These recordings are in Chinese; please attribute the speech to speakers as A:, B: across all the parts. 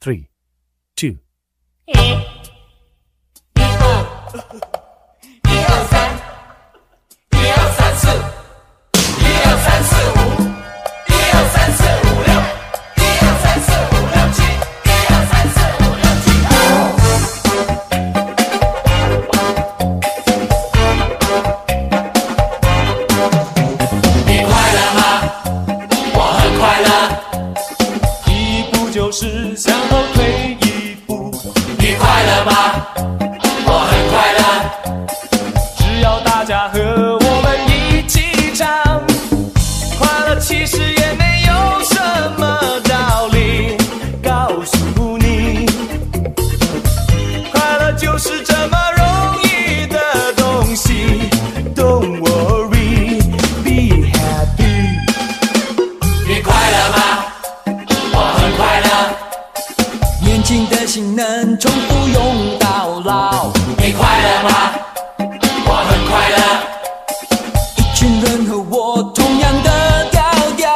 A: three, two.
B: 一步就是向后退一步。你快乐吗？我很快乐。只要大家和我们一起唱，快乐其实也没有什么道理。告诉你，快乐就是这么容易的东西。Don't worry, be happy。你快乐吗？我很快乐。年轻的心能重复用到老。你快乐吗？我很快乐。一群人和我同样的调调。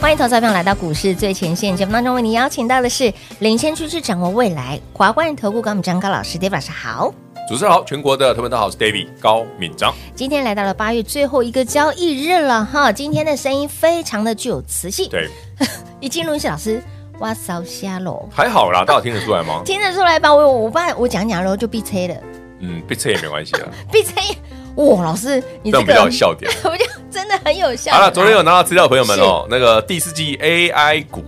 C: 欢迎投资朋友来到股市最前线节目当中，为您邀请到的是领先趋势、掌握未来华冠投顾高敏章高老师，David 老师好。
D: 主持人好，全国的朋友们大家好，我是 David 高敏章。
C: 今天来到了八月最后一个交易日了哈，今天的声音非常的具有磁性。，
D: 对，
C: 一进入是老师，哇骚虾喽，
D: 还 好啦，大家听得出来吗？
C: 听得出来吧？我我爸我讲讲喽就闭嘴了，
D: 嗯，被测也没关系啊，
C: 闭嘴！哇，老师 你这
D: 这样比
C: 个
D: 较有 笑点。
C: 我就真的很有效。
D: 好了，昨天有拿到资料的朋友们哦，那个第四季 AI 股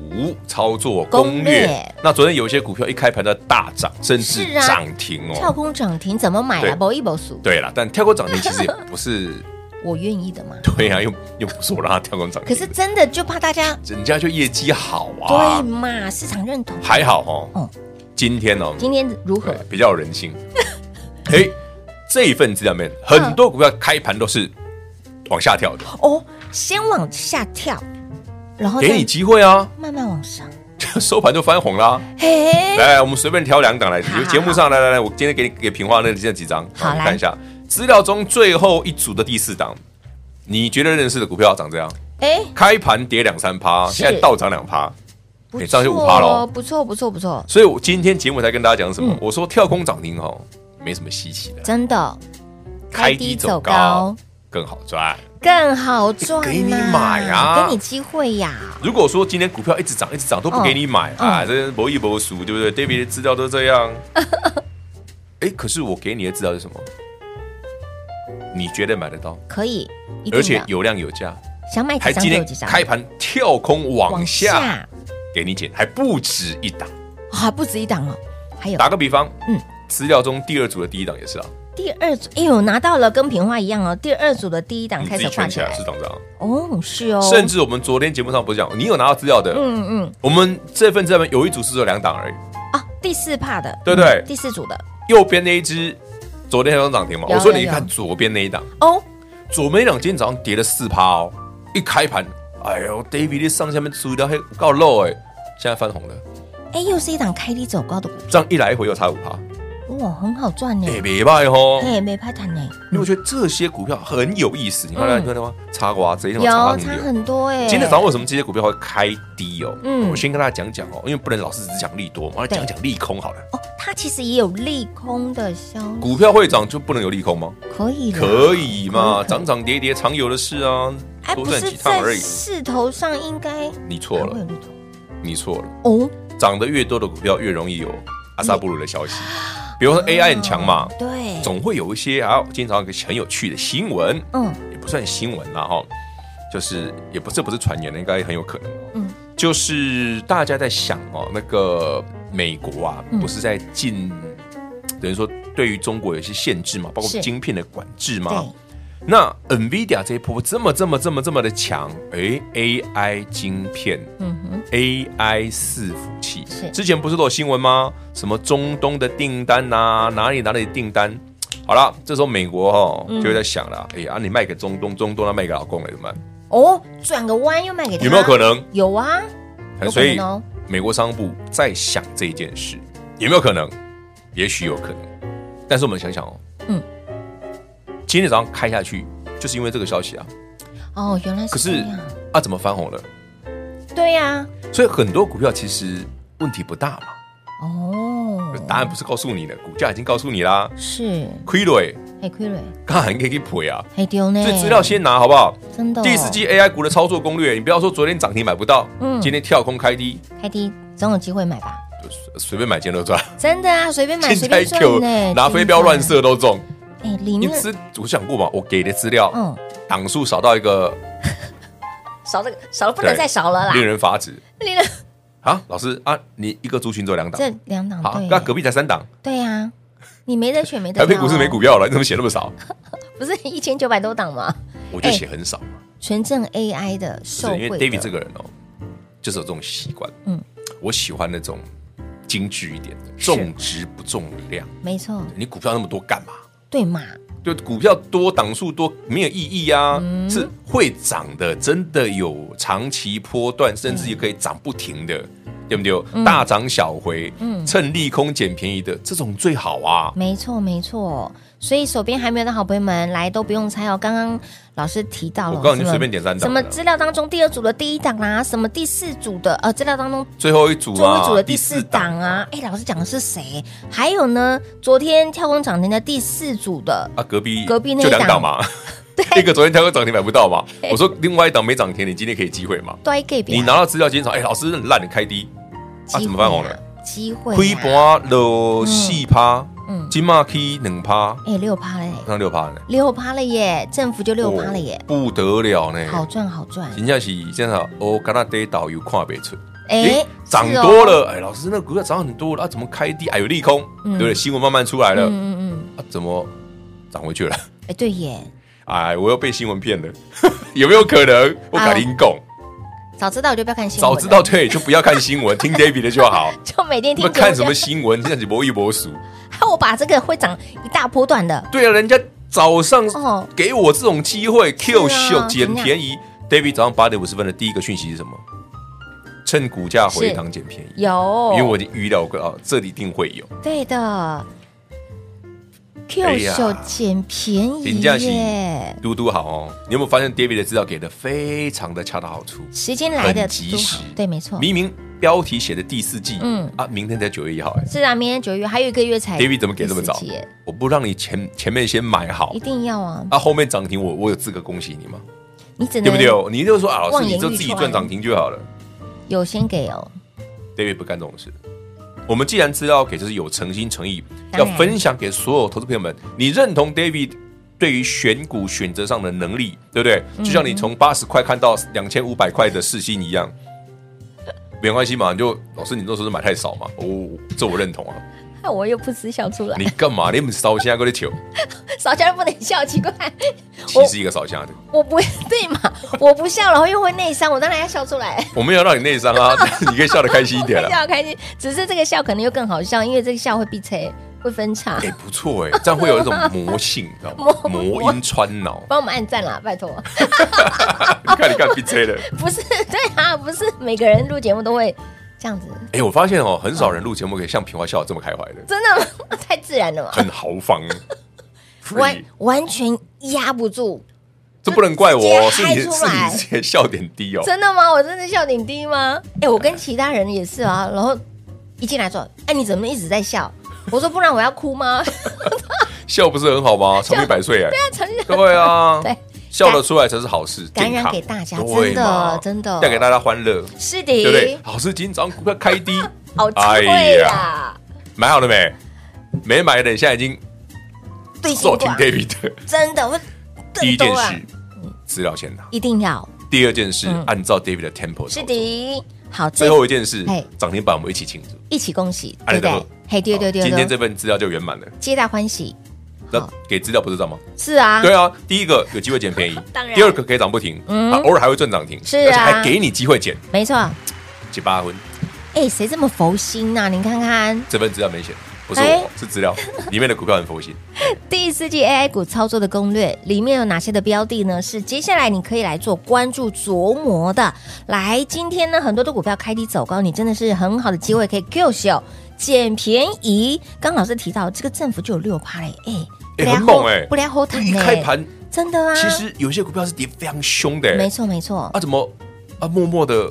D: 操作攻
C: 攻
D: 略
C: 略，
D: 那昨天有一些股票一开盘的大涨，甚至
C: 是啊
D: 涨停
C: 跳
D: 哦。
C: 空涨停怎么买啊？
D: 对
C: 搏一搏数，
D: 对了，但跳空涨停其实也不是。
C: 我愿意的嘛
D: 对啊，又又不是我让它跳空涨
C: 可
D: 停，
C: 是真的就怕大家
D: 人家就业绩好
C: 对
D: 啊，
C: 嘛，市场认同。
D: 还好哦
C: 嗯。
D: 今天哦，
C: 今天如何
D: 对？，比较有 人性。哎，这一份资料里面很多股票开盘都是往下跳的，
C: 哦，先往下跳，然后再
D: 给你机会啊，
C: 慢慢往上。
D: 收盘就翻红啦。
C: 嘿，
D: 来，我们随便挑两档来，
C: 好
D: 就节目上来来来，我今天给你给平花那这几张，
C: 好
D: 你
C: 来
D: 看一下资料中最后一组的第四档，你觉得认识的股票长这样？
C: 哎，
D: 开盘跌两三趴，
C: 是
D: 现在倒涨两趴，
C: 不
D: 哎
C: 错哦
D: 这样就5%咯
C: 不错，不错，不错，
D: 所以我今天节目才跟大家讲什么
C: 嗯？
D: 我说跳空涨停哦，没什么稀奇的，
C: 真的。开低走高
D: 更好赚。
C: 更好赚嘛，
D: 给你买啊
C: 给你机会呀。
D: 如果说今天股票一直涨一直涨都不给你买、
C: 嗯
D: 啊，这博弈博输，对不对？David 的资料都这 样。哎，可是我给你的资料是什么？你觉得买得到，
C: 可以，一定的
D: 而且有量有价，
C: 想买几
D: 还
C: 张
D: 今
C: 就有
D: 天
C: 几张，
D: 开盘跳空往下
C: 啊
D: 给你减，还不止一档。，
C: 还不止一档哦，还有
D: 打个比方，
C: 嗯
D: 嗯，资料中第二组的第一档也是啊，
C: 第二组，哎呦，拿到了跟平花一样哦。第二组的第一档
D: 你
C: 嗯开
D: 自
C: 始
D: 己
C: 画
D: 圈
C: 起
D: 起
C: 来
D: 来，是涨涨。
C: 哦，是哦，
D: 啊甚至我们昨天节目上不是讲，你有拿到资料的，
C: 嗯嗯
D: 我们这份资料里面有一组是只有两档而已，
C: 啊，第四帕的，
D: 对不对
C: 嗯第四组的
D: 右边那一只昨天刚涨停嘛，
C: 有
D: 我说
C: 有
D: 你
C: 有
D: 看左边那一档。
C: 哦，
D: 左美两今天早上跌了四趴哦，一开盘，哎呦，David 你上下面注意到黑告漏哎，现在翻红了，
C: 哎，又是一档开低走高的股
D: 这样一来一回又差五趴，
C: 票，哇，很好赚呢，
D: 哎，别卖哦。
C: 哎，没拍谈呢，
D: 因为我觉得这些股票很有意思，你看
C: 嗯
D: 到你看到吗？插瓜这一定
C: 有差
D: 插很久。
C: 很多哎。
D: 今天早上为什么这些股票会开低哦？
C: 嗯
D: 我先跟大家讲讲哦，因为不能老是只讲利多嘛，我来
C: 对
D: 讲讲利空好了。
C: 哦，它其实也有利空的消息，
D: 股票会涨就不能有利空吗？
C: 可以啦
D: 可以嘛，
C: 可以
D: 涨涨跌跌常有的事啊，
C: 哎，
D: 多
C: 不
D: 赚
C: 是
D: 几趟而
C: 在
D: 已。
C: 势头上应该
D: 你错
C: 还会有
D: 了，
C: 利空
D: 你错了。
C: 哦，
D: 涨得越多的股票越容易有阿萨布鲁的消息，比如说 AI 很强嘛，
C: 对，
D: 总会有一些啊，经常有一个很有趣的新闻，
C: 嗯
D: 也不算新闻啦哈，就是也不这不是传言的，应该很有可能。
C: 嗯
D: 嗯，就是大家在想哦，那个美国啊，
C: 嗯
D: 不是在禁，等于说对于中国有一些限制嘛，包括
C: 是
D: 晶片的管制嘛
C: 对。
D: 那 NVIDIA 这一波这么这么这么这么的强，诶 AI 晶片，
C: 嗯哼，
D: AI 伺服器
C: 是，
D: 之前不是都有新闻吗？什么中东的订单呐、哪里哪里的订单？好了，这时候美国哦就会在想了，哎、呀、啊，你卖给中东，中东那卖给老公了怎么办？
C: 哦，转个弯又卖给他，
D: 有没有可？能？哦
C: 有啊，有可
D: 所以
C: 能哦。
D: 美国商务部在想这件事，有没有可能？也许有可能，但是我们想想哦，
C: 嗯，
D: 今天早上开下去就是因为这个消息啊，
C: 哦，原来
D: 可
C: 是这
D: 是
C: 样。
D: 啊怎么翻红了？
C: 对呀、
D: 所以很多股票其实问题不大嘛，
C: 哦，
D: 答案不是告诉你的，股价已经告诉你啦，
C: 是
D: 亏了哎、
C: 黑亏瑞，
D: 刚好你可以赔啊，
C: 黑丢呢？
D: 所以资料先拿好不好？
C: 真的哦
D: 第四季 AI 股的操作攻略，你不要说昨天涨停买不到，
C: 嗯
D: 今天跳空开低，
C: 开低，总有机会买吧？
D: 就随随便买间都赚，
C: 真的啊，随便 买随
D: 现在
C: 便
D: 就
C: 赚呢，
D: 拿飞镖乱射都中。
C: 真的。哎，里
D: 你
C: 面
D: 资我讲过嘛，我给的资料
C: 嗯，
D: 档数少到一个
C: 少了少了不能
D: 对
C: 再少了啦
D: 令，人发指
C: 令 人
D: 啊！老师啊，你一个族群只有两档，
C: 这两档
D: 好
C: 对，啊
D: 那隔壁才三档，
C: 对呀，你没得选没得
D: 台
C: 挑哦，
D: 北股市没股票了，你怎 么写那 么少？
C: 不是一千九百多档吗？
D: 我就写很少嘛，
C: 纯正 AI 的哎受
D: 就是因
C: 惠
D: 为
C: 的
D: David 这个人哦，就是有这种习惯，
C: 嗯
D: 嗯，我喜欢那种精致一点的，
C: 是
D: 重质不重量。
C: 没错，
D: 你股票那么多干嘛？
C: 对嘛？
D: 就股票多档数多没有意义啊，
C: 嗯
D: 是会涨的，真的有长期波段，甚至也可以涨不停的，对不对？
C: 嗯
D: 大涨小回，趁利空捡便宜的这种最好啊。
C: 没错，没错。所以手边还没有的好朋友们，来都不用猜哦。刚刚老师提到了，
D: 我告诉你
C: 什么
D: 随便点三档
C: 哦
D: 啊
C: 什么
D: 的
C: 资料当中第二组的第一档啦、什么第四组的呃资料当中
D: 最后一组
C: 最后一
D: 啊，
C: 组的第四档啊。哎，老师讲的是谁？还有呢，昨天跳空涨停的第四组的，
D: 啊，隔壁
C: 隔壁那一
D: 就两
C: 档
D: 档 嘛，一个昨天跳个涨停买不到嘛，我说另外一档没涨停，你今天可以机会嘛？
C: 对给
D: 你拿到资料今天早上，哎，老师很烂，你开低，啊，怎么翻红了？？
C: 机会啊
D: 亏，盘了四趴，
C: 嗯
D: 今嘛起两趴，
C: 哎，六趴嘞，
D: 上六趴呢。
C: 六趴了耶，政府就六趴了耶，
D: 哦不得了
C: 好
D: 呢！
C: 赚好赚。
D: 真正是真的，哦，刚那跌倒有看不出，
C: 哎
D: 诶，涨
C: 是哦
D: 多，了，哎，老师那股票涨很多了，啊怎么开低？哎，有利空，
C: 嗯
D: 对不对？新闻慢慢出来了，
C: 嗯嗯嗯，
D: 啊，怎么涨回去了？
C: 哎，对耶，
D: 哎，我又被新闻骗了， 有没有可能？我敢硬拱，
C: 早知道我就不要看新闻
D: 早
C: 了，
D: 知道对，就不要看新闻，听 David 的就好。
C: 就每天
D: 你
C: 听
D: 们看
C: 节
D: 什
C: 目
D: 么新闻？这样子博一博俗。
C: 害 我把这个会长一大波段的
D: 对啊，人家早上
C: 哦
D: 给我这种机会，Q
C: 是啊
D: 秀捡便宜。David 早上八点五十分的第一个讯息是什么？趁股价回档捡便宜。
C: 有，
D: 因为我已经预料过哦，这里一定会有。
C: 对的
D: 哎
C: ，Q
D: 呀
C: 秀捡便宜
D: 评价型
C: 耶，
D: 嘟嘟好哦，你有没有发现 David 的资料给的非常的恰到好处？
C: 时间来的
D: 很及时
C: 对，没错，
D: 明明标题写的第四季，
C: 哦嗯
D: 嗯啊，明天才九月一号哎
C: 是啊，明天九月还有一个月才
D: ，David 怎么给这么早
C: 第四季耶？
D: 我不让你前前面先买好
C: 一，定要啊，
D: 啊，后面涨停我我有资格恭喜你吗？
C: 你只
D: 对
C: 能
D: 不对？你就说啊，老
C: 望
D: 师
C: 眼
D: 你就
C: 欲
D: 自己
C: 穿
D: 赚涨停就好了。
C: 有先给哦，
D: David 不干这种事。我们既然知道给，就是有诚心诚意，
C: 当
D: 要
C: 然
D: 分享给所有投资朋友们。你认同 David 对于选股选择上的能力，对不对？
C: 嗯
D: 就像你从八十块看到两千五百块的市心一样，没关系嘛。你就老师，你那时候是买太少嘛？哦，这我认同啊。
C: 那我又噗嗤笑出来
D: 你，干嘛？你们烧香过 来求，
C: 少笑不能笑，奇怪，
D: 其实一个烧香的。
C: 我不对嘛，我不笑，然后又会内伤，我当然要笑出来。
D: 我没有让你内伤啊，但是 你可以笑得开心一点
C: 比
D: 啊 了。
C: 较开心，只是这个笑可能又更好笑，因为这个笑会闭切，会分叉
D: 哎、。不错哎、这样会有一种魔性，你知道吗？
C: 魔
D: 魔音穿脑。
C: 帮我们按赞啦，拜托！
D: 你看，你看 B J 了。
C: 不是，对啊，不是每个人录节目都会这样子，
D: 哎、我发现哦，很
C: 嗯
D: 少人录节目可以像平花笑这么开怀的，
C: 真的吗？太自然了嘛，
D: 很豪 放。
C: 完
D: free，
C: 完全压不住，
D: 这不能怪我，哦
C: 直接
D: 是
C: 嗨
D: 你是
C: 出来
D: 你自己的笑点低哦。哦
C: 真的吗？我真的笑点低吗？哎，我跟其他人也是啊，然后一进来说，哎，你怎么一直在笑？我说不然我要哭吗？
D: 笑不是很好吗？长命百岁哎，
C: 承认
D: 对啊，
C: 对，
D: 笑得出来才是好事，
C: 感染
D: 健康
C: 给大家
D: 对嘛
C: 真的真的
D: 带给大家欢乐，
C: 是
D: 对不对
C: 的？，
D: 老师今天早上股票开低，
C: 好啊机会
D: 哎
C: 呀
D: 呀，买好了没？没买的，现在已经
C: 对新
D: 做听
C: 冠
D: David 的。
C: 真的，我
D: 第一
C: 更
D: 件
C: 多啊
D: 事，资料先拿；
C: 一定要
D: 第二件事
C: 嗯，
D: 按照 David 的 tempo
C: 是
D: 操作
C: 的，好，
D: 最
C: 最后
D: 后一件事
C: 嘿，
D: 涨停板我们一起庆祝。
C: 一起恭喜，
D: 啊
C: 对不
D: 你
C: 对
D: 等？
C: 嘿，对对对，
D: 今
C: 对
D: 天这份资料就圆满了。
C: 皆大欢喜，
D: 那
C: 好
D: 给资料不是这样吗？
C: 是啊，
D: 对啊，第一个有机会捡便宜，
E: 当然
D: 第二个可以涨不停，
C: 嗯
D: 啊，偶尔还会赚涨停，
C: 是啊
D: 而且还给你机会捡，
C: 没错。
D: 几八分。
C: 哎，谁这么佛心呐、啊你看看
D: 这份资料没写，不是
C: 哎
D: 我，是 资料里面的股票很佛心。
C: 第四季 AI 股操作的攻略里面有哪些的标的呢？是接下来你可以来做关注琢磨的。来，今天呢很多的股票开低走高，你真的是很好的机会可以 Q 秀捡便宜。刚老师提到这个政府就有六趴嘞，哎、
D: 哎
C: 不然
D: 很猛
C: 后
D: 哎
C: 不然后谈
D: 一
C: 呢，
D: 开盘，
C: 真的啊，
D: 其实有些股票是跌非常凶的，
C: 没错没错。
D: 啊，怎么啊，默默的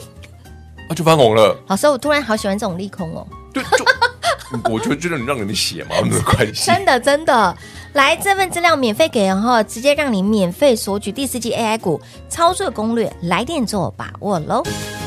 D: 啊就翻红了？
C: 老师，我突然好喜欢这种利空哦，
D: 对， 就我就就让你让你们写嘛，有没有关系？
C: 真的真的。来，这份资料免费给，然后直接让你免费索取第四季 AI 股操作攻略，来电做把握喽。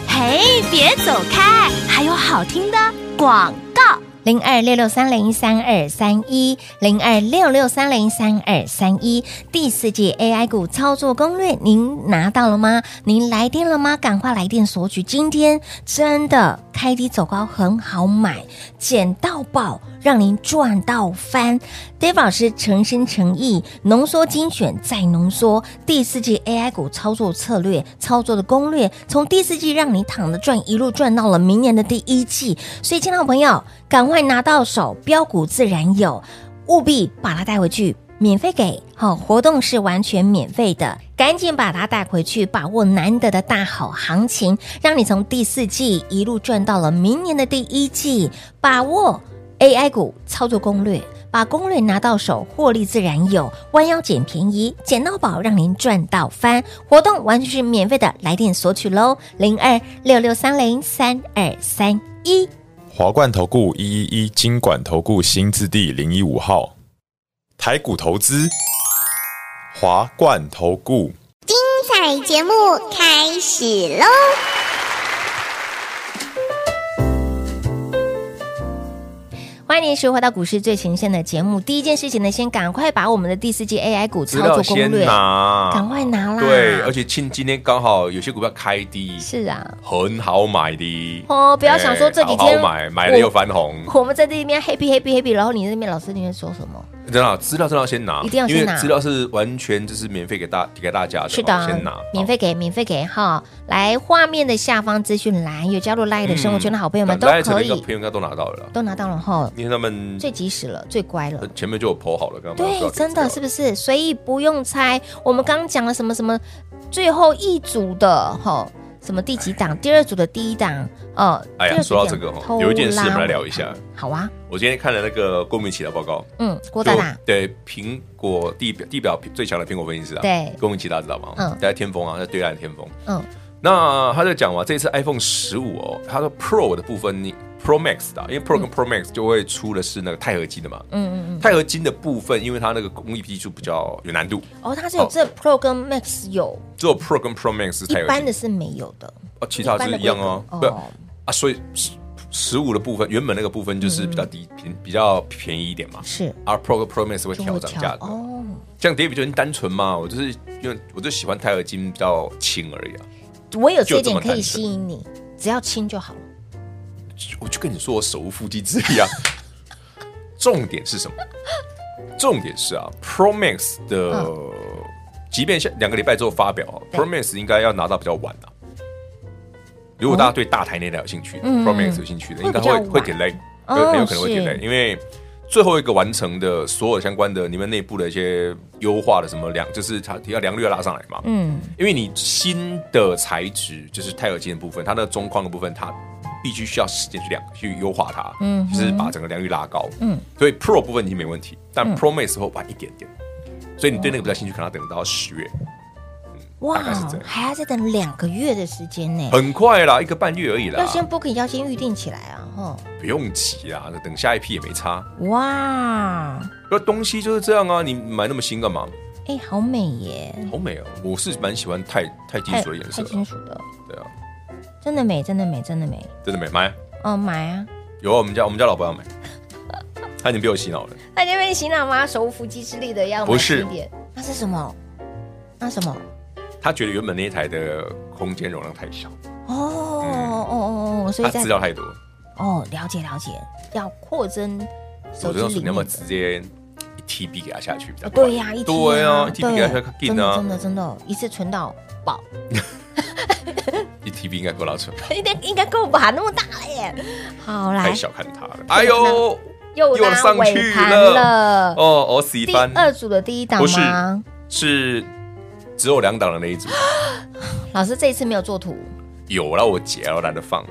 E: 嘿，别走开，还有好听的广告。
C: 零二六六三零三二三一，零二六六三零三二三一，第四季 AI 股操作攻略，您拿到了吗？您来电了吗？赶快来电索取，今天真的开低走高，很好买，捡到宝，让您赚到翻。Dave 老师诚心诚意浓缩精选再浓缩第四季 AI 股操作策略、操作的攻略，从第四季让你躺着赚，一路赚到了明年的第一季。所以，亲爱的朋友，赶快拿到手，标股自然有，务必把它带回去。免费给，好、活动是完全免费的，赶紧把它带回去，把握难得的大好行情，让你从第四季一路赚到了明年的第一季，把握 AI 股操作攻略，把攻略拿到手，获利自然有。弯腰捡便宜，捡到宝，让您赚到翻。活动完全是免费的，来电索取喽，零二六六三零三二三一。
F: 华冠投顾一一一金管投顾新字第零一五号，台股投资，华冠投顾。
G: 彩节目开始喽！
C: 欢迎您收回到股市最前线的节目。第一件事情呢，先赶快把我们的第四季 AI 股
D: 资
C: 操
D: 料
C: 作攻
D: 先
C: 略，
D: 拿，
C: 赶快拿啦！
D: 对，而且庆今天刚好有些股票开低，
C: 是啊，
D: 很好买的
C: 哦不要想说这几天
D: 哎好好买买了又翻红，
C: 我们在这边 happy happy happy，然后你那边老师那边说什么？
D: 真的资料真的要先拿，
C: 一定要先拿
D: 因为资料是完全就是免费给大给大家的，哦
C: 是的，
D: 先拿
C: 免。费给，免费给哈！来，画面的下方资讯栏有加入 Line 的生活圈的好朋友们都
D: 大
C: 可
D: 家嗯成立
C: 以
D: 的，朋友应该都拿到了啦，
C: 都拿到了哈，
D: 因为他们
C: 最及时了，最乖了
D: 呃。前面就有剖好了，刚刚
C: 对，真的是不是？所以不用猜，我们刚刚讲了什么什么，最后一组的哈，什么第几档，第二组的第一档，呃，
D: 哎呀
C: 第二组的
D: 说到这个哈
C: 偷
D: 有一件事
C: 拉
D: 我们来聊
C: 尾
D: 一下
C: 盘。好啊，
D: 我今天看了那个郭明奇的报告，
C: 嗯，郭大
D: 就
C: 大，
D: 对苹果地表地表最强的苹果分析师啊，
C: 对
D: 郭明奇大家知道吗？
C: 嗯
D: 大家天风啊，在对岸天风。
C: 嗯，
D: 那他在讲嘛，这次 iPhone 十五哦，他说 Pro 的部分你 Pro Max 的啊，因为 Pro 跟 Pro Max 就会出的是那个钛合金的嘛。
C: 嗯嗯嗯嗯，
D: 钛合金的部分，因为它那个工艺技术比较有难度，
C: 哦，它是有这 Pro 跟 Max 有，
D: 只有 Pro 跟 Pro Max 是
C: 一
D: 钛合
C: 般
D: 金
C: 的，是没有的，
D: 哦，其他的是一样哦。
C: 一般的规
D: 对
C: 格哦
D: 啊，所以十十五的部分，原本那个部分就是比较低平比较便宜一点嘛。
C: 是
D: 而 Pro 跟 Pro Max 会
C: 就
D: 调
C: 会
D: 涨
C: 调
D: 价格。
C: 哦。
D: 像 David 就很单纯嘛，我就是因为我就喜欢钛合金比较轻而已啊。
C: 我有这一
D: 就这
C: 点
D: 么
C: 可以
D: 单纯
C: 吸引你，只要亲就好了。
D: 我就跟你说，我手无缚鸡之力啊。 重点是什么？重点是啊，Pro Max 的，即便下两个礼拜之后发表、啊、
C: 嗯对
D: ，Pro Max 应该要拿到比较晚啊。如果大家对大台内的有兴趣、
C: 嗯
D: p r o Max 有兴趣的，
C: 会
D: 应该
C: 比较
D: 会
C: 晚
D: 会 delay，
C: 哦
D: 对，很有可能会
C: 是
D: delay，因为最后一个完成的所有相关的你们内部的一些优化的什么量，就是它要良率要拉上来嘛。
C: 嗯，
D: 因为你新的材质就是钛合金的部分，它的中框的部分，它必须需要时间去量去优化它，
C: 嗯哼
D: 就是把整个良率拉高，
C: 嗯，
D: 所以 Pro 部分已经没问题，但 Pro Max 后晚一点点，所以你对那个比较兴趣，可能要等到十月，
C: 哇
D: 大概是这，样
C: 还要再等两个月的时间呢。
D: 很快啦，一个半月而已啦
C: 要，先 book，要先预定起来啊！吼，
D: 不用急啊，等下一批也没差，
C: 哇，
D: 那东西就是这样啊，你买那么新干嘛？
C: 哎，好美耶！
D: 好美哦，我是蛮喜欢钛钛金
C: 太
D: 属的颜色啊
C: 太
D: 的，
C: 清楚的，
D: 对啊，
C: 真的美，真的美，真的美。
D: 真的美，买
C: 哦，买啊！
D: 有啊，我们家我们家老婆要买， 她已经被我洗脑了。
C: 那就被洗脑吗？手无缚鸡之力的要买
D: 不是
C: 轻一点，那是什么？那什么？
D: 他觉得原本那一台的空间容量太小，
C: 哦哦哦哦哦，所
D: 它
C: 以在
D: 资料太多。
C: 哦，了解了解，要扩增手
D: 我
C: 机
D: 就要
C: 里
D: 说你
C: 面
D: 要不要
C: 的。
D: 直接一 TB 给它下去比较
C: 哦
D: 快？
C: 对呀、一 T
D: 对
C: 啊
D: 啊，一 TB 给它下去
C: 真的
D: 更
C: 真
D: 啊，
C: 的真的，一次存到饱，
D: 一 TB 应该够拉扯，
C: 应该应该够吧？那么大了耶！好来
D: 太，小看它了。哎呦，
C: 又
D: 又
C: 拉
D: 上
C: 尾
D: 去
C: 盘
D: 了
C: 了。
D: 哦，我死
C: 第
D: 翻
C: 二组的第一档
D: 不是
C: 吗？
D: 是只有两档的那一组，
C: 老师这一次没有做图，
D: 有了我截了，我懒得放了。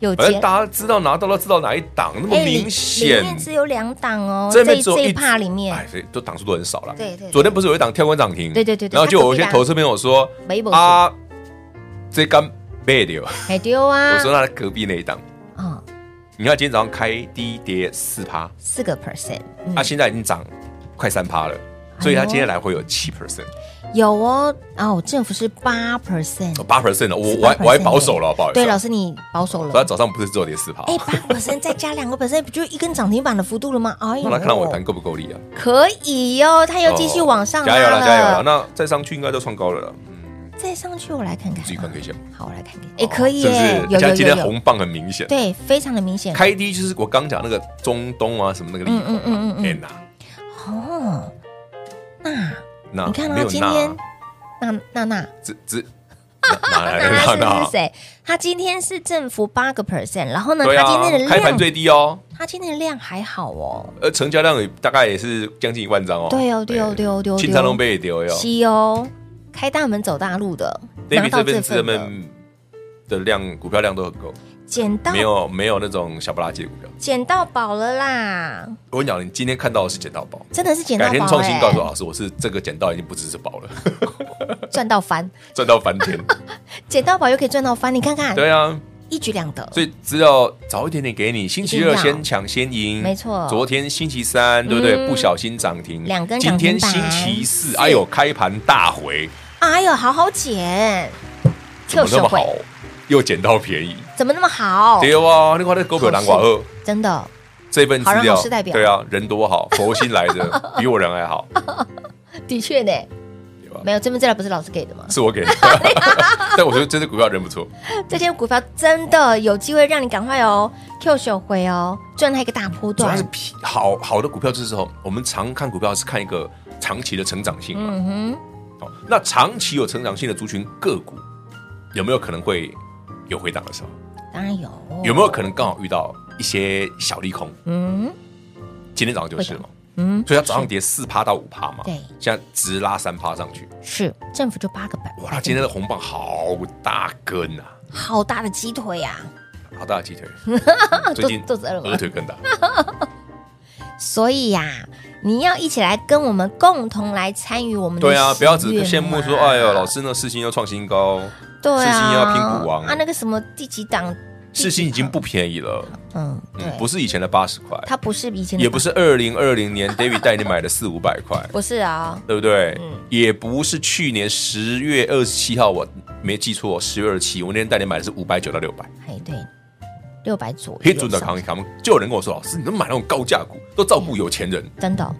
C: 有结
D: 反
C: 哎
D: 正大家知道拿到了，知道哪一档那么
C: 里
D: 明
C: 里
D: 显。
C: 面只有两档哦，
D: 这
C: 这
D: 边
C: 一
D: 只有
C: 这一
D: 组
C: 趴里面
D: 哎，所以都档数都很少了。
C: 对对对
D: 昨天不是有一档跳空涨停？
C: 对对对对
D: 然后就有一些
C: 它隔壁档
D: 投资朋友说
C: 没本，
D: 啊，这刚卖掉，
C: 还丢啊
D: 我，说那隔壁那一档，
C: 嗯，
D: 你看今天早上开低跌四趴，
C: 四个 percent，嗯
D: 它现在已经涨快三趴了，所以它今天来回有七 percent，
C: 有哦，哦，政府是八 percent，
D: 八 percent 了，哦我我还我还保守了，不好意思啊。
C: 对，老师你保守
D: 昨天
C: 了。
D: 早上不是只有跌四趴？
C: 哎，八 percent 再加两个 percent，不就一根涨停板的幅度了吗？哎呦，
D: 那来看看我盘够不够力啊？
C: 可以哟，它又继续往上
D: 哦
C: 拉
D: 加油
C: 了，
D: 了，加油了！那再上去应该都创高了啦，
C: 再上去我来看看，
D: 自己看可以先。
C: 好，我来看看，哎，可以
D: 哦是不
C: 耶，有
D: 是？
C: 有
D: 像今
C: 有
D: 天
C: 有，
D: 红棒很明显，
C: 对，非常的明显，
D: 开低就是我刚讲那个中东啊什么那个地方
C: 嗯嗯嗯
D: 啊
C: 嗯嗯
D: 哎呐，
C: 哦，那
D: 那
C: 你看
D: 没
C: 到
D: 有
C: 今
D: 那
C: 天
D: 啊，
C: 娜娜娜
D: 只只哪 来的
C: 娜
D: 那
C: 娜是
D: 那
C: 是？谁？她今天是振幅八个 percent，然后呢，
D: 对
C: 她
D: 啊
C: 今天，的
D: 开盘
C: 量，
D: 最低哦，
C: 她今天的量还好哦，
D: 呃，成交量也大概也是将近一万张哦。
C: 对哦，对哦，对哦，对哦，
D: 清仓都被丢哟。
C: 西哦，开大门走大路的，拿
D: 啊 David
C: 到这
D: 这边这
C: 份的，
D: 边的量股票量都很够，
C: 捡到
D: 没有没有那种小不拉几的股票。
C: 捡到宝了啦，
D: 我跟你讲，你今天看到的是捡到宝，
C: 真的是捡到
D: 改天
C: 宝
D: 创新告诉我
C: 哎，
D: 老师，我是这个捡到已经不只是宝了，
C: 赚到翻，
D: 赚到翻 天。
C: 哎捡到宝又可以赚到翻，你看看，
D: 对啊，
C: 一举两得，
D: 所以资料早一点点给你，星期
C: 一
D: 二
C: 定要
D: 先抢先赢，
C: 没错
D: 昨天星期三，对不对？
C: 嗯
D: 不小心涨停，
C: 两根
D: 今天
C: 涨停
D: 星
C: 板
D: 期四，
C: 是
D: 哎呦，开盘大回，
C: 哎呦，好好捡，
D: 怎么那
C: 社
D: 么
C: 会
D: 好，又捡到便宜？
C: 怎么那么好？
D: 对啊，你看那狗票南瓜二
C: 真的，
D: 这份资
C: 好让
D: 料
C: 老师代，表
D: 对啊，人 多好，佛心来的，比我人还好，
C: 的确呢，
D: 对吧
C: 没有这份资料不是老师给的吗？
D: 是我给的，但我觉得这只股票人不错，
C: 这些股票真的有机会让你赶快哦，Q 手回哦，赚它一个大波
D: 主要
C: 段
D: 是。皮好好的股票就是说，我们常看股票是看一个长期的成长性嘛。
C: 嗯哼，
D: 哦，那长期有成长性的族群个股，有没有可能会有回档的时候？
C: 当然有。
D: 有没有可能刚好遇到一些小利空？
C: 嗯
D: 今天早上就是嘛，
C: 嗯，
D: 所以它早上跌四趴到五趴嘛，
C: 对
D: 现在直拉三趴上去，
C: 是政府就八个百，
D: 哇，它今天的红棒好大根啊，
C: 好大的鸡腿啊呀、
D: 好大的 鸡腿，最近
C: 肚子饿了吗
D: 鹅腿更大，
C: 所以呀、你要一起来跟我们共同来参与我们的
D: 对啊，不要只
C: 喜悦嘛
D: 羡慕说，哎呦，老师那世新要创新高，
C: 对啊，
D: 世新要拼股王
C: 啊，那个什么第几档，
D: 世新已经不便宜了，
C: 嗯，对，
D: 嗯，不是以前的八十块，
C: 它不是以前的
D: 也不是二零二零年 David 带你买的四五百 块，
C: 不是啊，
D: 对不对？
C: 嗯
D: 也不是去年十月二十七号，我没记错，十月二十七，我那天带你买的是五百九到六百，
C: 哎对，六百左右，
D: 黑准的扛一扛，就有人跟我说，老师，你都买那种高价股，都照顾有钱人，
C: 真的，哦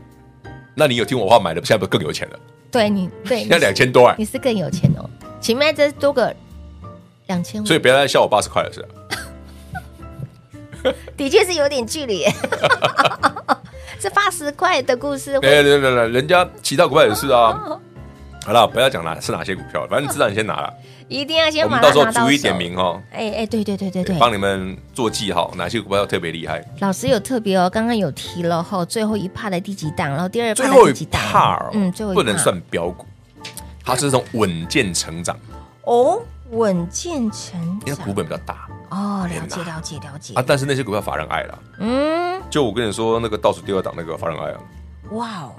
D: 那你有听我话买的，现在不是更有钱了？
C: 对你对
D: 现在两千多哎
C: 你，是更有钱哦，前面再多个两千五，
D: 所以不要再笑我八十块了，是吧？
C: 的确是有点距 离。这八十块的故事会，
D: 哎对对对对，人家其他股票也是啊。好了，不要讲哪是哪些股票，反正你知道你先拿了，
C: 一定要嗯先
D: 我
C: 把
D: 们
C: 它
D: 到时候
C: 拿到
D: 逐一
C: 手
D: 点。名哦，
C: 哎哎，对对对对对，
D: 帮你们做记号，哪些股票特别厉害。
C: 老师有特别哦，刚刚有提了哈，最后一帕的第几档，然后第二
D: 最
C: 帕
D: 后
C: 的第
D: 一
C: 几档？
D: 帕哦，
C: 嗯，最后一
D: 不能
C: 趴
D: 算标股，它是这种稳健成长，
C: 哦，稳健成
D: 因为
C: 长
D: 股本比较大
C: 哦，了
D: 天
C: 解
D: 哪
C: 了解了解
D: 啊。，但是那些股票法人爱了，
C: 嗯，
D: 就我跟你说那个倒数第二档那个法人爱啊，
C: 哇哦，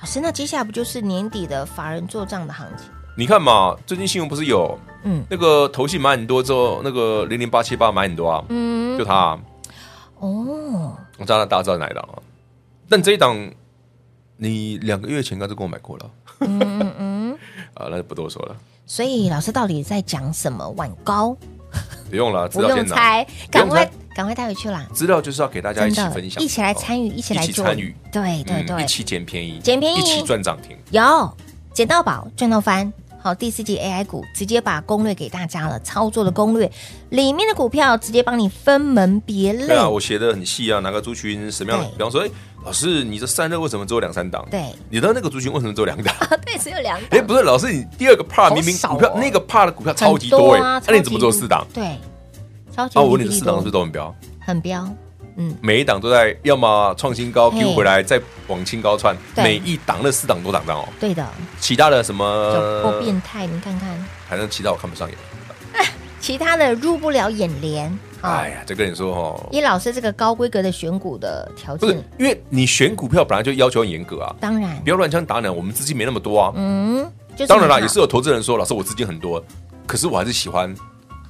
C: 老师，那接下来不就是年底的法人做账的行情？
D: 你看嘛，最近新闻不是有
C: 嗯
D: 那个投信买很多之后，那个零零八七八买很多啊，
C: 嗯
D: 就，它啊，
C: 哦，
D: 我知道大家知道哪一档啊，但这一档你两个月前应该就跟我买过了
C: 嗯嗯嗯，
D: 啊，那就不多说了，
C: 所以老师到底在讲什么？晚高
D: 不用了，资
C: 不
D: 料
C: 用
D: 先拿，
C: 猜，
D: 不
C: 赶
D: 用猜
C: 快赶快带回去啦！
D: 资料就是要给大家
C: 真
D: 一起
C: 的
D: 分，享，
C: 一起来
D: 哦
C: 参与，一起
D: 一
C: 来
D: 起
C: 做，
D: 参与
C: 对对
D: 嗯一
C: 对，
D: 起捡便宜，
C: 捡便宜
D: 一起赚涨停。
C: 有捡到宝，赚到翻。好，第四季 AI 股直接把攻略给大家了，操作的攻略里面的股票直接帮你分门别类。
D: 对啊，我写的很细啊，哪个族群什么样的？
C: 对
D: 比方说，哎，老师，你这散热为什么只有两三档？
C: 对
D: 你的那个族群为什么只有两档？
C: 啊，对，只有两档
D: 哎，不是，老师，你第二个 part 明明
C: 少
D: 股票
C: 哦
D: 那个 part 的股票
C: 很
D: 超级多哎，
C: 啊
D: 那你怎么只有四档？？
C: 超级多对，超级
D: 啊，我问你，
C: 霹
D: 这
C: 雳
D: 四档是不是
C: 多
D: 都很标？
C: 很标，嗯，
D: 每一档都在要么创新高
C: 嘿
D: Q 回来，再往新高窜，
C: 对
D: 每一档那四档都涨涨哦。
C: 对的，
D: 其他的什
C: 就够
D: 么，
C: 变态，你看看
D: 反正其他我看不上眼。
C: 其他的入不了眼帘啊
D: 哎。呀，就跟你说哦，
C: 叶老师这个高规格的选股的条
D: 不是
C: 件，
D: 因为你选股票本来就要求很严格啊，
C: 当然
D: 不，要乱枪打鸟。我们资金没那么多啊，
C: 嗯，就是
D: 当然啦，
C: 你
D: 也
C: 看
D: 是有投资人说，老师我资金很多，可是我还是喜欢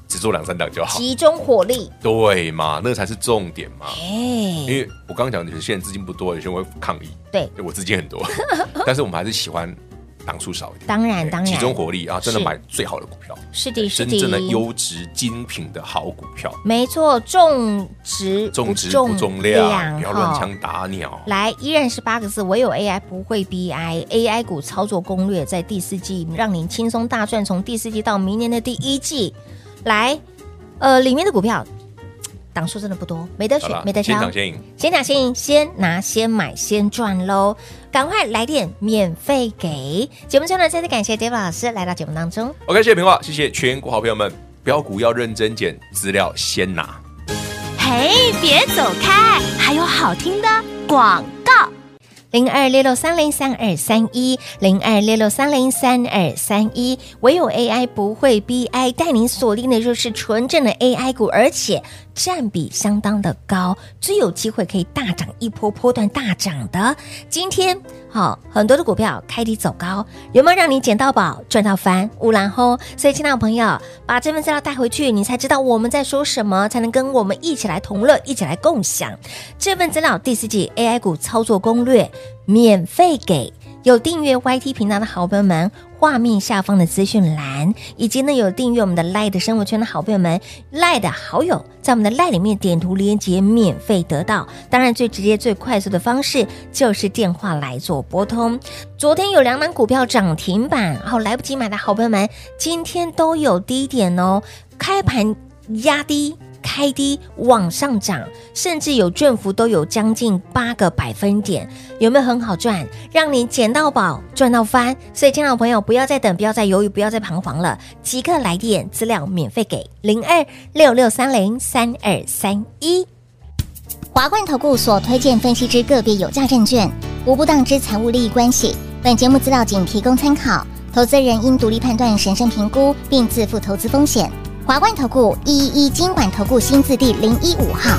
D: 只做两三档就好，
C: 集中火力，
D: 对嘛？那才是重点嘛。因
C: 哎，
D: 为我刚刚讲的有些人资金不多，有些人会抗议，
C: 对，
D: 我资金很多， 但是我们还是喜欢档数少一点，
C: 当然
D: 对
C: 当然
D: 集中火力啊，真的
C: 是
D: 买最好的股票，
C: 是的，是
D: 真
C: 的，
D: 正的优质精品的好股票，
C: 没错，种植
D: 种植不重量，不要乱。
C: 哈
D: 枪打鸟。
C: 来，依然是八个字，唯有 AI 不会 BI，AI 股操作攻略在第四季让您轻松大赚，从第四季到明年的第一季，来，呃，里面的股票档数真的不多，没得
D: 好
C: 选
D: 啦，
C: 没得
D: 先
C: 挑
D: 涨，先赢。
C: 先拿先赢，先拿先买先赚喽！赶快来电，免费给节目中呢，再次感谢 David 老师来到节目当中。
D: OK，谢谢平话，谢谢全国好朋友们，标股要认真捡，资料先拿。
H: 嘿，别走开，还有好听的广告。
C: 零二六六三零三二三一，零二六六三零三二三一，唯有 AI 不会 BI，带您锁定的就是纯正的 AI 股，而且占比相当的高，最有机会可以大涨一波波段大涨的。今天好、很多的股票开低走高，有没有让你捡到宝、赚到翻、乌兰轰？所以，亲爱的朋友，把这份资料带回去，你才知道我们在说什么，才能跟我们一起来同乐，一起来共享。这份资料第四季 AI 股操作攻略免费给有订阅 YT 频道的好朋友们，画面下方的资讯栏，以及呢有订阅我们的 Light 的生活圈的好朋友们，Light 的好友在我们的 Light 里面点图连接免费得到。当然，最直接、最快速的方式就是电话来做拨通。昨天有两档股票涨停板，好、来不及买的好朋友们，今天都有低点哦，开盘压低。开低往上涨，甚至有振幅都有将近八个百分点，有没有很好赚？让你捡到宝，赚到翻。所以，亲爱的朋友，不要再等，不要再犹豫，不要再彷徨了，即刻来电，资料免费给零二六六三零三二三一。
G: 华冠投顾所推荐分析之个别有价证券，无不当之财务利益关系。本节目资料仅提供参考，投资人应独立判断、审慎评估，并自负投资风险。华冠投顾一一一金管投顾新字第零一五号。